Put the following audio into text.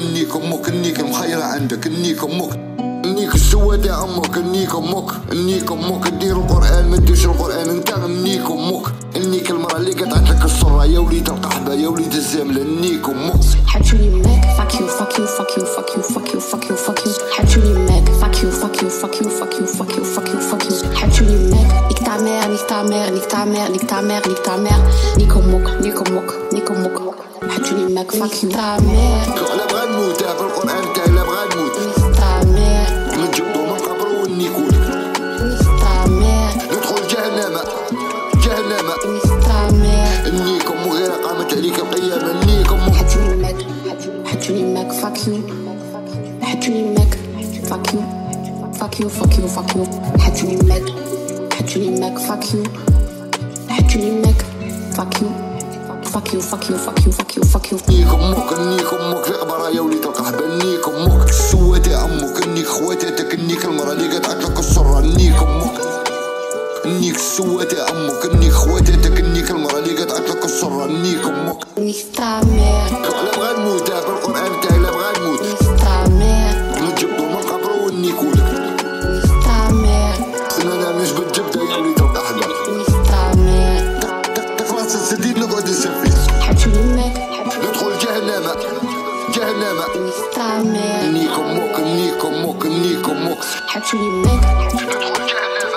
امك انيك مخيره عندك انيك امك انيك السوداء امك انيك امك انيك امك دير القران ما تديرش القران انت انيك امك انيك المراه اللي قطعت لك السره يا وليد القحبه يا وليد الزامله انيك امك حتشوني ماك fuck you fuck you fuck you fuck you fuck you fuck you fuck you حتشوني ماك fuck you fuck you fuck you fuck you fuck you fuck you fuck you حتشوني ماك نيك تا مير نيك تا مير نيك تا مير نيك تا مير نيك تا مير نيك امك نيك امك نيك امك حتشوني ماك fuck you تا مير انا بغا نموت يا بالقران تاعي انا بغا نموت نيك تا مير من جبدو من قبرو ونيكولك نيك تا مير ندخل جهنم جهنم نيك تا مير انيك امك غير قامت عليك القيامه انيك امك حتشوني ماك حتشوني ماك fuck you حتشوني ماك fuck you fuck you fuck you fuck you حتشوني ماك حتشوني ماك fuck you حتشوني ماك fuck you fuck you fuck you fuck you fuck you fuck you نيك امك نيك امك في قبره يا وليد القحبه نيك امك سواتي امك نيك خواتاتك نيك المراه اللي قطعت لك السره نيك امك نيك سواتي امك نيك خواتاتك نيك المراه اللي قطعت لك السره نيك امك نيك تا مير انا بغا نموت يا بالقران تاعي لا بغا نموت نيك تا مير نجبدو من قبره ونيكولك نيك تا مير انا لا مش بالجبده يا وليد القحبه نيك تا مير تخلص السديد نقعد نسفي حتشوني ماك ندخل جهنم جهنم نيك تا مير نيك امك نيك امك نيك امك حتشوني ماك ندخل جهنم